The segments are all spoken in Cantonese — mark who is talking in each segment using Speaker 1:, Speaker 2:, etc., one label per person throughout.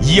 Speaker 1: 以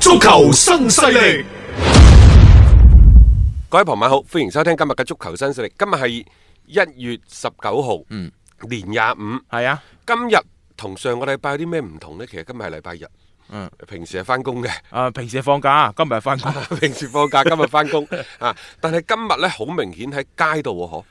Speaker 1: 足球新勢力。
Speaker 2: 各位傍晚好，歡迎收聽今日嘅足球新勢力。今日係一月十九號，嗯，年廿五。
Speaker 3: 係啊，
Speaker 2: 今日同上個禮拜有啲咩唔同呢？其實今日係禮拜日，嗯，平時係翻工嘅，
Speaker 3: 啊平時係放假，今日係翻 工，
Speaker 2: 平時放假，今日 翻工啊。但係今日呢，好明顯喺街度喎，嗬，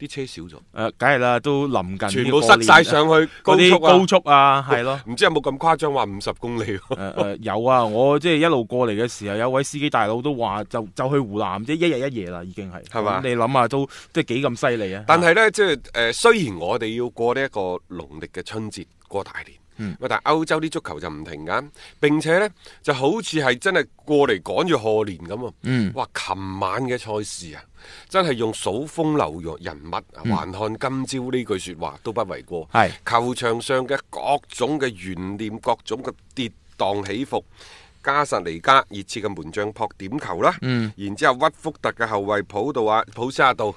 Speaker 2: 啲車少咗，
Speaker 3: 誒梗係啦，都臨近呢
Speaker 2: 全部
Speaker 3: 個
Speaker 2: 塞晒
Speaker 3: 年
Speaker 2: 上去
Speaker 3: 嗰
Speaker 2: 高
Speaker 3: 啲
Speaker 2: 速啊。
Speaker 3: 高速啊，係咯
Speaker 2: 唔知有冇咁誇張話五十公里喎？
Speaker 3: 誒誒、有啊！我即係一路過嚟嘅時候，有位司機大佬都話就就去湖南啫，一日一夜啦，已經係。
Speaker 2: 係嘛
Speaker 3: 咁你諗下都即係幾咁犀利啊！
Speaker 2: 但係呢，即係誒、呃雖然我哋要過呢一個農曆嘅春節過大年，咁啊但係歐洲啲足球就唔停㗎，並且呢就好似係真係過嚟趕住賀年咁啊！哇，琴晚嘅賽事啊，真係用數風流人物啊，還看今朝呢句説話都不為過。
Speaker 3: 係
Speaker 2: 球場上嘅各種嘅懸念，各種嘅跌宕起伏。加薩尼加熱刺嘅門將撲點球啦，然之後屈福特嘅後衞普度啊普斯亞道，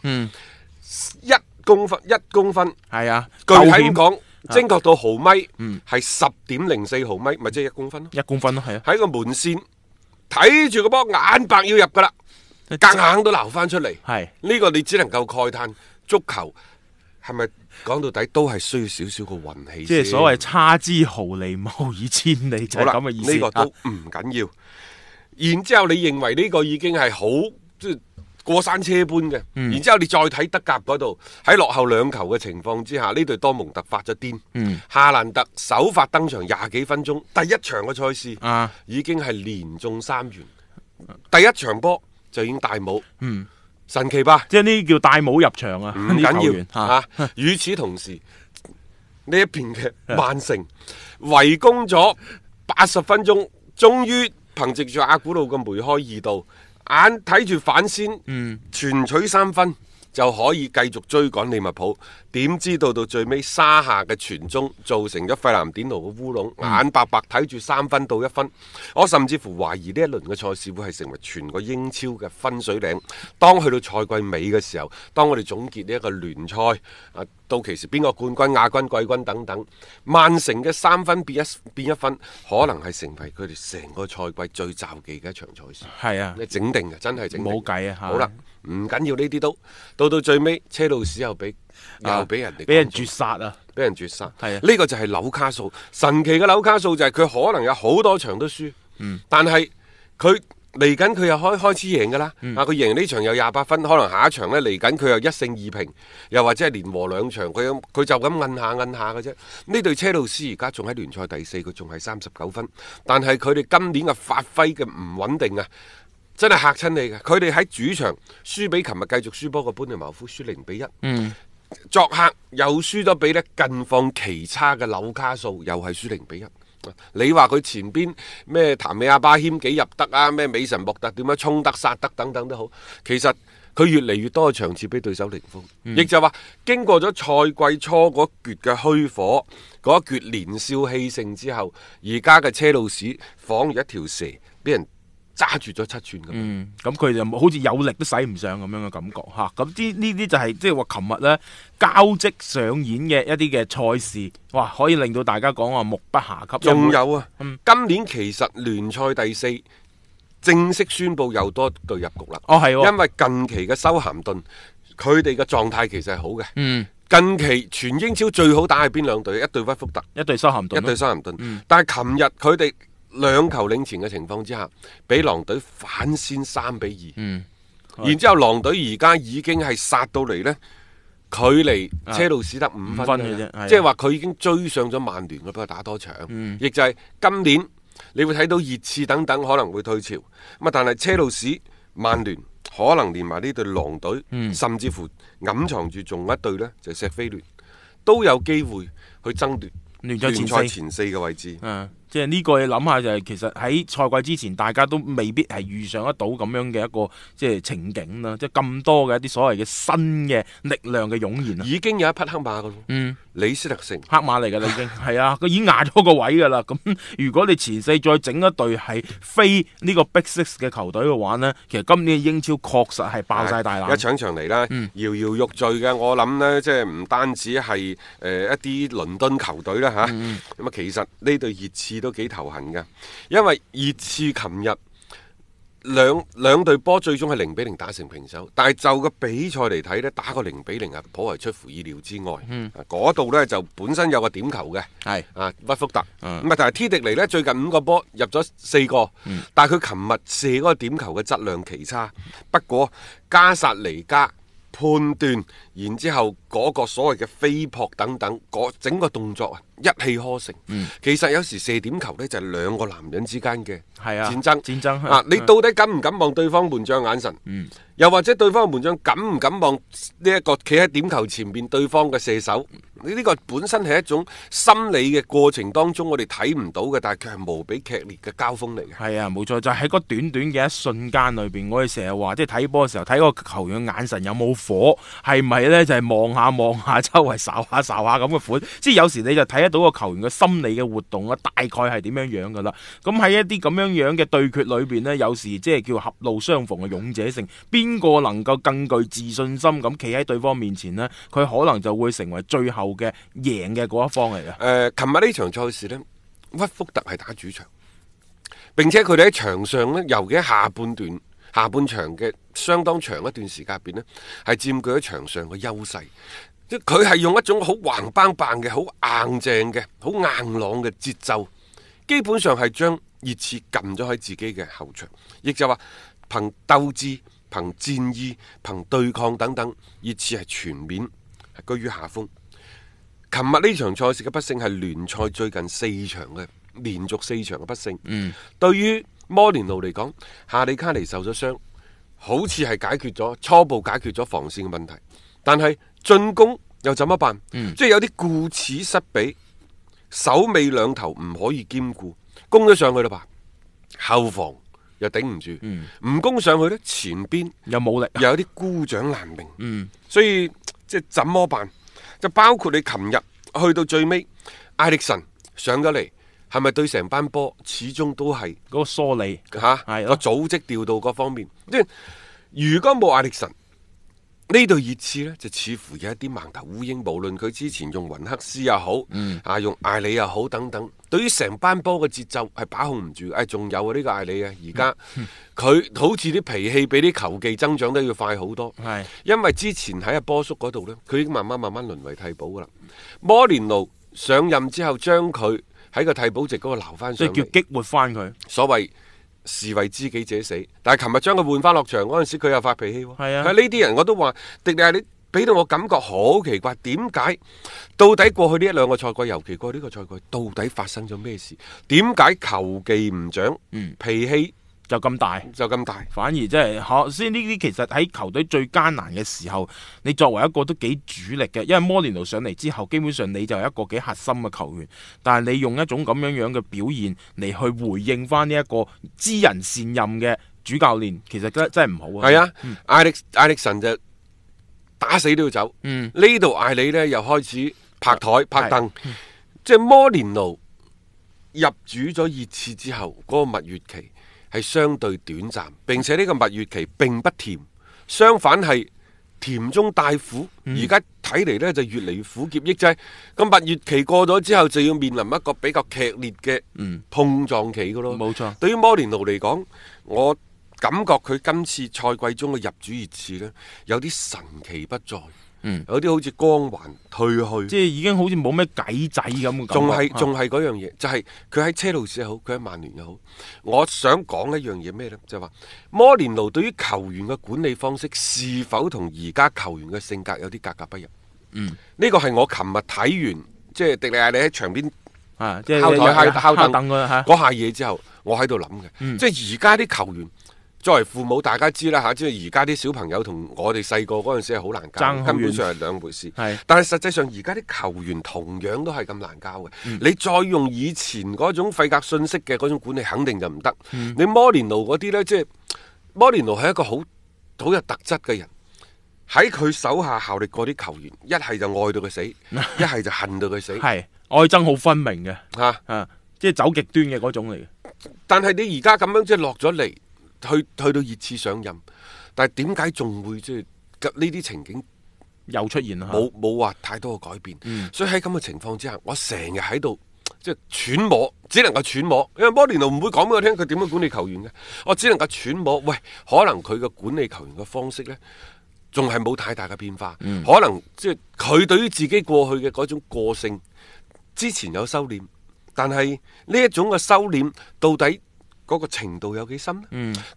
Speaker 2: 一公分一公分，
Speaker 3: 係啊，
Speaker 2: 具體
Speaker 3: 夠
Speaker 2: 咁
Speaker 3: 險
Speaker 2: 講，精確到毫米，係十點零四毫米，咪即係一公分咯。
Speaker 3: 一公分咯，係啊，
Speaker 2: 喺個門線睇住個波眼白要入噶啦，夾硬都撈翻出嚟。
Speaker 3: 係
Speaker 2: 呢個你只能夠慨嘆，足球係咪講到底都係需要少少個運氣先？
Speaker 3: 即係所謂差之毫厘，謀以千里，就
Speaker 2: 好
Speaker 3: 係
Speaker 2: 啦，
Speaker 3: 咁嘅意思。啊
Speaker 2: 呢個都唔緊要。然之後你認為呢個已經係好即係過山車般嘅，
Speaker 3: 嗯
Speaker 2: 然之後你再睇德甲嗰度喺落後兩球嘅情況之下，呢隊多蒙特發咗癲。
Speaker 3: 嗯
Speaker 2: 夏蘭特首發登場廿幾分鐘，第一場嘅賽事、
Speaker 3: 啊
Speaker 2: 已經係連中三元，第一場波就已經大帽。
Speaker 3: 嗯
Speaker 2: 神奇吧？
Speaker 3: 即係呢叫戴帽入場啊！
Speaker 2: 嗯
Speaker 3: 呢啲
Speaker 2: 唔
Speaker 3: 球
Speaker 2: 緊
Speaker 3: 員
Speaker 2: 要
Speaker 3: 啊
Speaker 2: 啊！與此同時，呢一邊嘅曼城圍攻咗八十分鐘，終於憑藉住阿古路嘅梅開二度，眼睇住反先，
Speaker 3: 嗯
Speaker 2: 全取三分。就可以繼續追趕利物浦，點知道到最尾沙下嘅傳中造成咗費南典奴嘅烏龍，
Speaker 3: 嗯
Speaker 2: 眼白白睇住三分到一分，我甚至乎懷疑呢一輪嘅賽事會係成為全個英超嘅分水嶺。當去到賽季尾嘅時候，當我哋總結呢一個聯賽啊，到其時邊個冠軍、亞軍、季軍等等，曼城嘅三分變一變一分，可能係成為佢哋成個賽季最罩忌嘅一場賽事。
Speaker 3: 係啊，
Speaker 2: 你整定嘅，真係整定。
Speaker 3: 冇計啊
Speaker 2: 好啦，唔緊要呢啲都，到到最尾，車路士又俾又俾人
Speaker 3: 啊
Speaker 2: 哋
Speaker 3: 俾人
Speaker 2: 講中
Speaker 3: 絕殺啊！
Speaker 2: 俾人絕殺。
Speaker 3: 係啊
Speaker 2: 呢個就係紐卡素神奇嘅紐卡素就係佢可能有好多場都輸，
Speaker 3: 嗯
Speaker 2: 但係佢。嚟緊佢又開開始贏㗎啦，
Speaker 3: 嗯
Speaker 2: 啊佢贏呢場有廿八分，可能下一場呢嚟緊佢又一勝二平，又或者係連和兩場，佢咁佢就咁摁下摁下嘅啫。呢隊車路士而家仲喺聯賽第四，佢仲係三十九分，但係佢哋今年嘅發揮嘅唔穩定啊，真係嚇親你嘅。佢哋喺主場輸俾琴日繼續輸波嘅班尼茅夫，輸零比一。作客又輸咗俾呢近況奇差嘅紐卡素，又係輸零比一。啊你話佢前邊咩譚美亞巴謙幾入得啊？咩美神莫特點樣衝得殺得等等都好，其實佢越嚟越多嘅場次俾對手零封，亦、就話經過咗賽季初嗰橛嘅虛火，嗰一橛年少氣盛之後，而家嘅車路士仿如一條蛇，俾人揸住咗七寸咁。
Speaker 3: 嗯，咁佢就冇好似有力都使唔上咁樣嘅感覺嚇。咁啲呢啲就係即係話，琴日咧交織上演嘅一啲嘅賽事，哇，可以令到大家講話目不暇給。
Speaker 2: 仲有啊，
Speaker 3: 嗯
Speaker 2: 今年其實聯賽第四正式宣布又多隊入局啦。
Speaker 3: 哦，係喎，
Speaker 2: 因為近期嘅修咸頓，佢哋嘅狀態其實係好嘅。
Speaker 3: 嗯，
Speaker 2: 近期全英超最好打係邊兩隊？一隊屈福特，
Speaker 3: 一隊修咸
Speaker 2: 一
Speaker 3: 頓
Speaker 2: 隊
Speaker 3: 咯，嗯
Speaker 2: 修咸頓。但係琴日佢哋
Speaker 3: 嗯
Speaker 2: 兩球領前嘅情況之下，俾狼隊反先三比二。然之後狼隊而家已經係殺到嚟呢，距離車路士得五分
Speaker 3: 啊五分嘅啫係啊嗯
Speaker 2: 即係話佢已經追上咗曼聯，佢不過打多場，亦、就係今年你會睇到熱刺等等可能會退潮，咁啊但係車路士、曼聯可能連埋呢隊狼隊，
Speaker 3: 嗯
Speaker 2: 甚至乎隱藏住仲有一隊呢，就係、石飛聯，都有機會去爭奪
Speaker 3: 聯賽前四
Speaker 2: 賽前四嘅位置。
Speaker 3: 嗯，即係呢個你諗下就係、其實喺賽季之前，大家都未必係遇上得到咁樣嘅一個即係情景啦，即係咁多嘅一啲所謂嘅新嘅力量嘅湧現啊，
Speaker 2: 已經有一匹黑馬噶咯，
Speaker 3: 嗯，
Speaker 2: 李斯特城
Speaker 3: 黑馬嚟㗎啦已經，係啊，佢已經壓咗個位㗎啦。咁如果你前四再整一隊係非呢個 Big Six 嘅球隊嘅話呢，其實今年嘅英超確實係爆晒大
Speaker 2: 啊一
Speaker 3: 冷。
Speaker 2: 場場嚟啦，
Speaker 3: 嗯
Speaker 2: 搖搖欲墜嘅。我諗呢，即係唔單止係誒、呃一啲倫敦球隊啦吓，咁啊、
Speaker 3: 嗯
Speaker 2: 其實呢隊熱刺都幾頭痕嘅，因為熱刺琴日。兩兩隊波最終係零比零打成平手，但係就個比賽嚟睇呢，打個零比零係頗為出乎意料之外。
Speaker 3: 嗯
Speaker 2: 啊嗰度、呢，就本身有個點球嘅，
Speaker 3: 係
Speaker 2: 啊屈福特，咁啊、
Speaker 3: 嗯
Speaker 2: 但係天迪尼呢，最近五個波入咗四個，但係佢琴日射嗰個點球嘅質量奇差。不過加薩尼加判斷，然之後嗰個所謂嘅飛撲等等，嗰整個動作啊一氣呵成。
Speaker 3: 嗯
Speaker 2: 其實有時射點球呢，就係、兩個男人之間嘅
Speaker 3: 係啊
Speaker 2: 戰爭
Speaker 3: 戰爭
Speaker 2: 啊！你
Speaker 3: 嗯
Speaker 2: 到底敢唔敢望對方門將眼神？又或者對方門將敢唔敢望呢一個企喺點球前面對方嘅射手？呢呢個本身係一種心理嘅過程當中，我哋睇唔到嘅，但係佢係無比劇烈嘅交鋒嚟嘅。
Speaker 3: 係啊，冇錯，就喺嗰短短嘅一瞬間裏邊，我哋成日話，即係睇波嘅時候，睇個球員嘅眼神有冇火，係咪呢？就係、望下望下，周圍睄下睄下咁嘅款，即係有時你就睇得到個球員嘅心理嘅活動啊，大概係點樣樣噶啦。咁喺一啲咁樣樣嘅對決裏邊呢，有時即係叫狹路相逢嘅勇者勝，邊個能夠更具自信心咁企喺對方面前呢？佢可能就會成為最後嘅贏嘅嗰一方嚟嘅。
Speaker 2: 誒，琴日呢場賽事呢，屈福特係打主場，並且佢哋喺場上呢，尤其喺下半段、下半場嘅相當長一段時間入邊呢，係佔據咗場上嘅優勢。即係佢係用一種好橫邦棒嘅、好硬正嘅、好硬朗嘅節奏，基本上係將熱刺撳咗喺自己嘅後場，亦就話憑鬥志、憑戰意、憑對抗等等，熱刺係全面係居於下風。琴日呢場賽事嘅不勝係聯賽最近四場嘅連續四場嘅不勝。嗯，對於摩連奴嚟講，夏利卡尼受咗傷，好似係解決咗初步解決咗防線嘅問題，但係進攻又怎麼辦？即係有啲顧此失彼，首尾兩頭唔可以兼顧，攻咗上去啦吧，後防又頂唔住，唔、攻上去呢，前邊。
Speaker 3: 有冇力？啊
Speaker 2: 又有啲孤掌難鳴。嗯，所以即係怎麼辦？就包括你琴日去到最尾，艾力神上咗嚟，係咪對成班波始終都係
Speaker 3: 嗰個梳理啊
Speaker 2: 吓
Speaker 3: 係
Speaker 2: 個
Speaker 3: 咯
Speaker 2: 組織調度嗰方面？即係如果冇艾力神。呢隊熱刺呢，就似乎有一啲盲頭烏蠅，無論佢之前用雲克斯又好，
Speaker 3: 嗯
Speaker 2: 啊用艾里又好等等，對於成班波嘅節奏係把控唔住。誒、仲有啊呢、個艾里啊，而家
Speaker 3: 嗯
Speaker 2: 佢好似啲脾氣比啲球技增長得要快好多。
Speaker 3: 係
Speaker 2: 因為之前喺阿波叔嗰度呢，佢已經慢慢慢慢淪為替補噶啦。摩連奴上任之後，將佢喺個替補席嗰度撈翻
Speaker 3: 即
Speaker 2: 上
Speaker 3: 係
Speaker 2: 嚟，
Speaker 3: 叫激活翻佢。
Speaker 2: 所謂士為知己者死。但係琴日將佢換翻落場嗰陣時，佢又發脾氣喎。
Speaker 3: 係啊
Speaker 2: 呢啲人我都話，迪利亞你俾到我感覺好奇怪，點解到底過去呢一兩個賽季，尤其過去呢個賽季，到底發生咗咩事？點解球技唔長，
Speaker 3: 嗯
Speaker 2: 脾氣
Speaker 3: 就咁大。
Speaker 2: 就咁大？
Speaker 3: 反而即係可先呢啲，其實喺球隊最艱難嘅時候，你作為一個都幾主力嘅，因為摩連奴上嚟之後，基本上你就係一個幾核心嘅球員，但係你用一種咁樣樣嘅表現嚟去回應翻呢一個知人善任嘅主教練，其實真真係唔好啊。
Speaker 2: 係，啊，艾力艾力神就打死都要走。
Speaker 3: 嗯
Speaker 2: 呢度艾里呢，又開始拍台拍
Speaker 3: 係
Speaker 2: 凳，即係摩連奴入主咗熱刺之後，嗰、個蜜月期係相對短暫，並且呢個蜜月期並不甜，相反係。甜中帶苦，
Speaker 3: 嗯
Speaker 2: 而家睇嚟呢就越嚟越苦澀益劑。咁蜜月期過咗之後，就要面臨一個比較劇烈嘅碰撞期噶咯。
Speaker 3: 嗯冇錯
Speaker 2: 對於摩連奴嚟講，我感覺佢今次賽季中嘅入主熱刺呢，有啲神奇不在。
Speaker 3: 嗯
Speaker 2: 有啲好似光環退去。
Speaker 3: 即係已經好似冇咩計仔咁嘅感覺
Speaker 2: 仲係
Speaker 3: 啊
Speaker 2: 仲係嗰樣嘢，就係佢喺車路士又好，佢喺曼聯又好。我想講一樣嘢咩呢？就係話摩連奴對於球員嘅管理方式是否同而家球員嘅性格有啲格格不入？嗯，呢個係我琴日睇完即係迪利亞你喺場邊
Speaker 3: 啊，即係
Speaker 2: 敲台
Speaker 3: 有
Speaker 2: 敲
Speaker 3: 敲
Speaker 2: 敲
Speaker 3: 凳
Speaker 2: 凳
Speaker 3: 嗰嚇，
Speaker 2: 嗰下嘢之後，我喺度諗嘅，
Speaker 3: 嗯
Speaker 2: 即係而家啲球員。作為父母，大家知啦嚇，即係而家啲小朋友同我哋細個嗰陣時係好難
Speaker 3: 爭
Speaker 2: 教，
Speaker 3: 好
Speaker 2: 根本
Speaker 3: 遠
Speaker 2: 上係兩回事。
Speaker 3: 係
Speaker 2: 但係實際上而家啲球員同樣都係咁難教嘅。你再用以前嗰種費格信息嘅嗰種管理，肯定就唔得。你摩連奴嗰啲呢，即係摩連奴係一個好好有特質嘅人。喺佢手下效力過啲球員，一係就愛到佢死，一係就恨到佢死，
Speaker 3: 係愛憎好分明嘅，
Speaker 2: 嚇、
Speaker 3: 啊，即係走極端嘅嗰種嚟嘅。
Speaker 2: 但係你而家咁樣即係落咗嚟，去去到熱刺上任，但係點解仲會即係呢啲情景
Speaker 3: 又出現啦，嚇
Speaker 2: 冇冇話太多嘅改變？所以喺咁嘅情況之下，我成日喺度。即係揣摩，只能夠揣摩，因為摩連奴唔會講俾我聽佢點樣管理球員嘅，我只能夠揣摩。喂，可能佢嘅管理球員嘅方式呢，仲係冇太大嘅變化，可能即係佢對於自己過去嘅嗰種個性，之前有收斂，但係呢一種嘅收斂到底嗰個程度有幾深呢？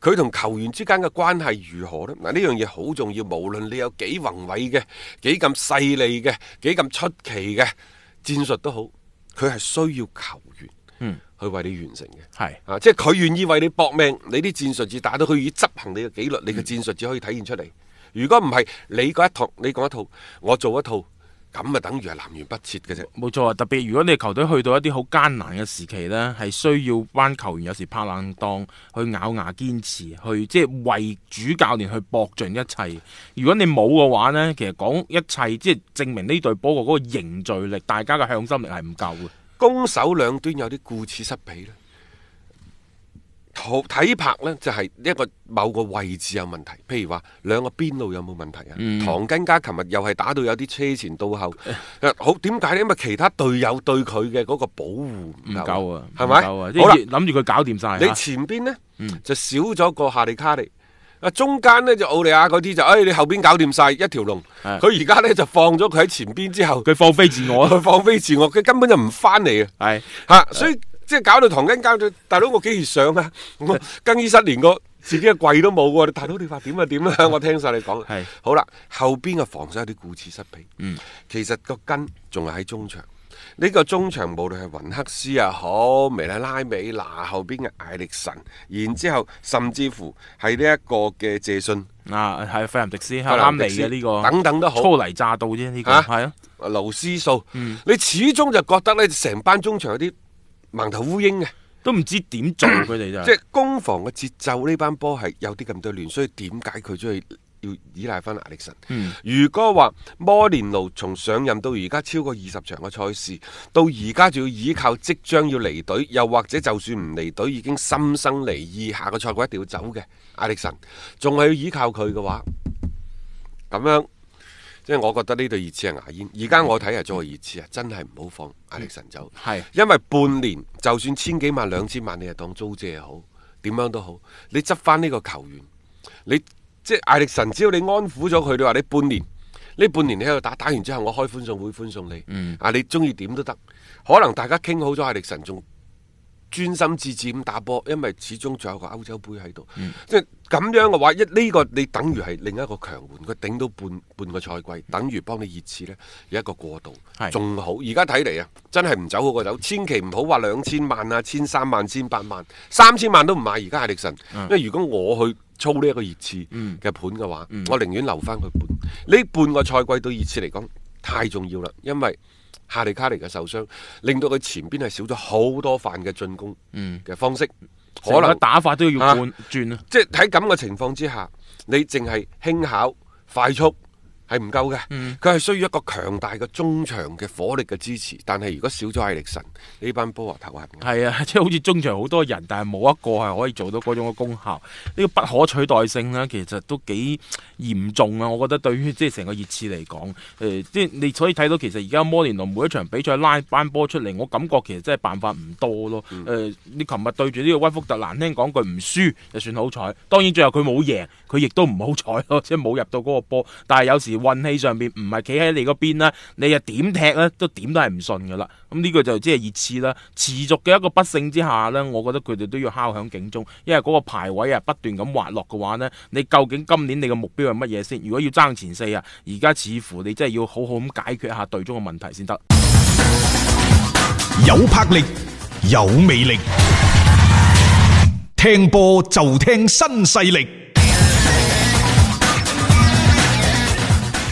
Speaker 2: 佢同、球員之間嘅關係如何呢？嗱，呢樣嘢好重要，無論你有幾宏偉嘅、幾咁勢利嘅、幾咁出奇嘅戰術都好，佢係需要球員去為你完成嘅。
Speaker 3: 係
Speaker 2: 啊，即係佢願意為你搏命，你啲戰術至打到佢願意執行你嘅紀律，你嘅戰術至可以體現出嚟。如果唔係，你嗰一套，你講一套，我做一套，咁啊等於係南轅北轍嘅啫。
Speaker 3: 冇錯啊！特別如果你球隊去到一啲好艱難嘅時期呢，係需要班球員有時拍冷檔，去咬牙堅持，去即係為主教練去搏盡一切。如果你冇嘅話呢，其實講一切即係證明呢隊波嘅嗰個凝聚力，大家嘅向心力係唔夠嘅。
Speaker 2: 攻守兩端有啲顧此失彼咧，好體魄呢就係、一個某個位置有問題，譬如話兩個邊路有冇問題啊？
Speaker 3: 嗯
Speaker 2: 唐根家琴日又係打到有啲車前 到後，誒好點解呢？因為其他隊友對佢嘅嗰個保護唔
Speaker 3: 唔
Speaker 2: 夠
Speaker 3: 夠啊，
Speaker 2: 係
Speaker 3: 唔夠啊！即
Speaker 2: 咪？好啦
Speaker 3: 係，啊嗯諗住佢搞掂晒
Speaker 2: 你
Speaker 3: 嚇。
Speaker 2: 前邊呢，就少咗個夏利卡利。啊，中間呢，就奧利亞嗰啲就，誒、你後邊搞掂晒一條龍。
Speaker 3: 係
Speaker 2: 佢而家呢，就放咗佢喺前邊之後，
Speaker 3: 佢放飛自 我，
Speaker 2: 佢放飛自我，佢根本就唔翻嚟啊！
Speaker 3: 係
Speaker 2: 吓、所以即係搞到唐根交咗，大佬我幾時上 啊？我更衣室連個自己嘅櫃都冇喎，大佬你話點啊點啊？我聽晒你講啦
Speaker 3: 係。
Speaker 2: 好啦，後邊嘅防守有啲顧此失彼。嗯，其實個根仲係喺中場。呢個中場無論係雲克斯又啊好，梅拉拉美拿後邊嘅艾力神，然之後甚至乎係呢一個嘅謝信、
Speaker 3: 啊，係費南迪斯啱
Speaker 2: 費
Speaker 3: 啱
Speaker 2: 南
Speaker 3: 嚟
Speaker 2: 迪斯
Speaker 3: 嘅呢個，
Speaker 2: 等等都好
Speaker 3: 初嚟乍到啫呢個
Speaker 2: 啊
Speaker 3: 係啊。
Speaker 2: 勞斯數，
Speaker 3: 嗯
Speaker 2: 你始終就覺得呢成班中場有啲盲頭烏蠅嘅。
Speaker 3: 都唔知點做佢哋就係
Speaker 2: 即係攻防嘅節奏呢班波係有啲咁多亂，所以點解佢中意要依賴翻亞歷臣？如果話摩連奴從上任到而家超過二十場嘅賽事，到而家仲要依靠即將要離隊，又或者就算唔離隊已經心生離意，下個賽季一定要走嘅亞歷臣，仲係要依靠佢嘅話，咁樣。即係我覺得呢對熱刺係啊牙煙，而家我睇下作為熱刺啊，真係唔好放亞歷臣走。
Speaker 3: 係
Speaker 2: 因為半年就算千幾萬兩千萬，你係當租借又好，點樣都好，你執翻呢個球員，你即係艾力神，只要你安撫咗佢，你話你半年，呢半年你喺度打，打完之後我開歡送會歡送你，啊你中意點都得，可能大家傾好咗艾力神仲。專心致志咁打波，因為始終仲有個歐洲杯喺度，即係咁樣嘅話，一呢、個你等於係另一個強援，佢頂到半半個賽季，等於幫你熱刺呢有一個過渡
Speaker 3: 係，
Speaker 2: 仲好。而家睇嚟啊，真係唔走好過走，千祈唔好話兩千萬啊、千三萬、千八萬、三千萬都唔買。而家艾力神，因為如果我去操呢一個熱刺嘅盤嘅話，我寧願留翻佢盤。呢半個賽季對熱刺嚟講太重要啦，因為夏利卡尼嘅受傷，令到佢前邊係少咗好多犯嘅進攻嘅方式，可
Speaker 3: 成個
Speaker 2: 能
Speaker 3: 打法都要
Speaker 2: 啊
Speaker 3: 換轉啊。
Speaker 2: 即係喺咁嘅情況之下，你淨係輕巧快速。係唔夠嘅，佢係、需要一個強大嘅中場嘅火力嘅支持。但係如果少咗艾力神呢班波啊頭痕嘅，
Speaker 3: 係啊， 即係好似中場好多人，但係冇一個係可以做到嗰種嘅功效，呢、個不可取代性啊呢，其實都幾嚴重啊！我覺得對於即係成個熱刺嚟講，誒、即係你所以睇到其實而家摩連奴每一場比賽拉班波出嚟，我感覺其實真係辦法唔多咯。誒、你琴日對住呢個威福特難聽講句唔哦輸就算好彩，當然最後佢冇贏，佢亦都唔好彩咯，即係冇入到嗰個波。但係有時時運氣上邊唔係企喺你嗰邊啦，你又點踢咧都點都係唔順噶啦。咁呢個就即係熱刺啦，持續嘅一個不勝之下呢，我覺得佢哋都要敲響警鐘，因為嗰個排位啊不斷咁滑落嘅話呢，你究竟今年你嘅目標係乜嘢先？如果要爭前四啊，而家似乎你真係要好好咁解決下隊中嘅問題先得。
Speaker 1: 有魄力，有魅力，聽波就聽新勢力。